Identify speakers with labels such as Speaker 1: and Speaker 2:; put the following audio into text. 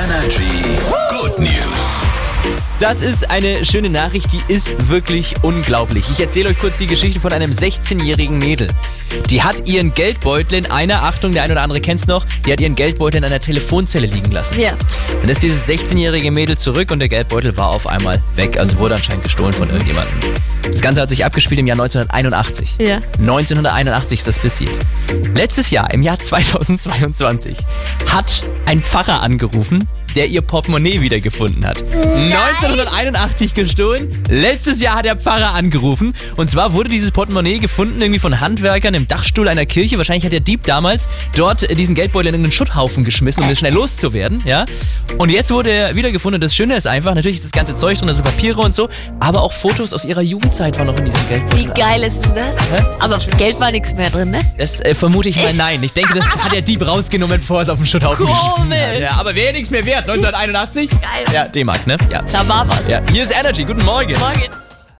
Speaker 1: Energy. Good News.
Speaker 2: Das ist eine schöne Nachricht, die ist wirklich unglaublich. Ich erzähle euch kurz die Geschichte von einem 16-jährigen Mädel. Die hat ihren Geldbeutel in einer, Achtung, der ein oder andere kennt's noch, die hat ihren Geldbeutel in einer Telefonzelle liegen lassen.
Speaker 3: Ja.
Speaker 2: Dann ist dieses 16-jährige Mädel zurück und der Geldbeutel war auf einmal weg, also wurde anscheinend gestohlen von irgendjemandem. Das Ganze hat sich abgespielt im Jahr 1981.
Speaker 3: Ja.
Speaker 2: 1981 ist das passiert. Letztes Jahr, im Jahr 2022, hat ein Pfarrer angerufen, der ihr Portemonnaie wiedergefunden hat. 1981 gestohlen. Letztes Jahr hat der Pfarrer angerufen. Und zwar wurde dieses Portemonnaie gefunden irgendwie von Handwerkern im Dachstuhl einer Kirche. Wahrscheinlich hat der Dieb damals dort äh, diesen Geldbeutel in einen Schutthaufen geschmissen, um das schnell loszuwerden. Ja? Und jetzt wurde er wiedergefunden. Und das Schöne ist einfach, natürlich ist das ganze Zeug drin, also Papiere und so, aber auch Fotos aus ihrer Jugendzeit waren noch in diesem Geldbeutel.
Speaker 3: Wie geil ist denn das? Aber Geld war nichts mehr drin, ne?
Speaker 2: Das äh, vermute ich mal nein. Ich denke, das hat der Dieb rausgenommen, bevor es auf den Schutthaufen geschmissen hat.
Speaker 3: Komisch.
Speaker 2: Ja, aber wäre nichts mehr wert. 1981?
Speaker 3: Geil.
Speaker 2: Ja, D-Mark, ne? Ja.
Speaker 3: Da war was.
Speaker 2: ja. Hier ist Energy. Guten Morgen.
Speaker 3: Morgen.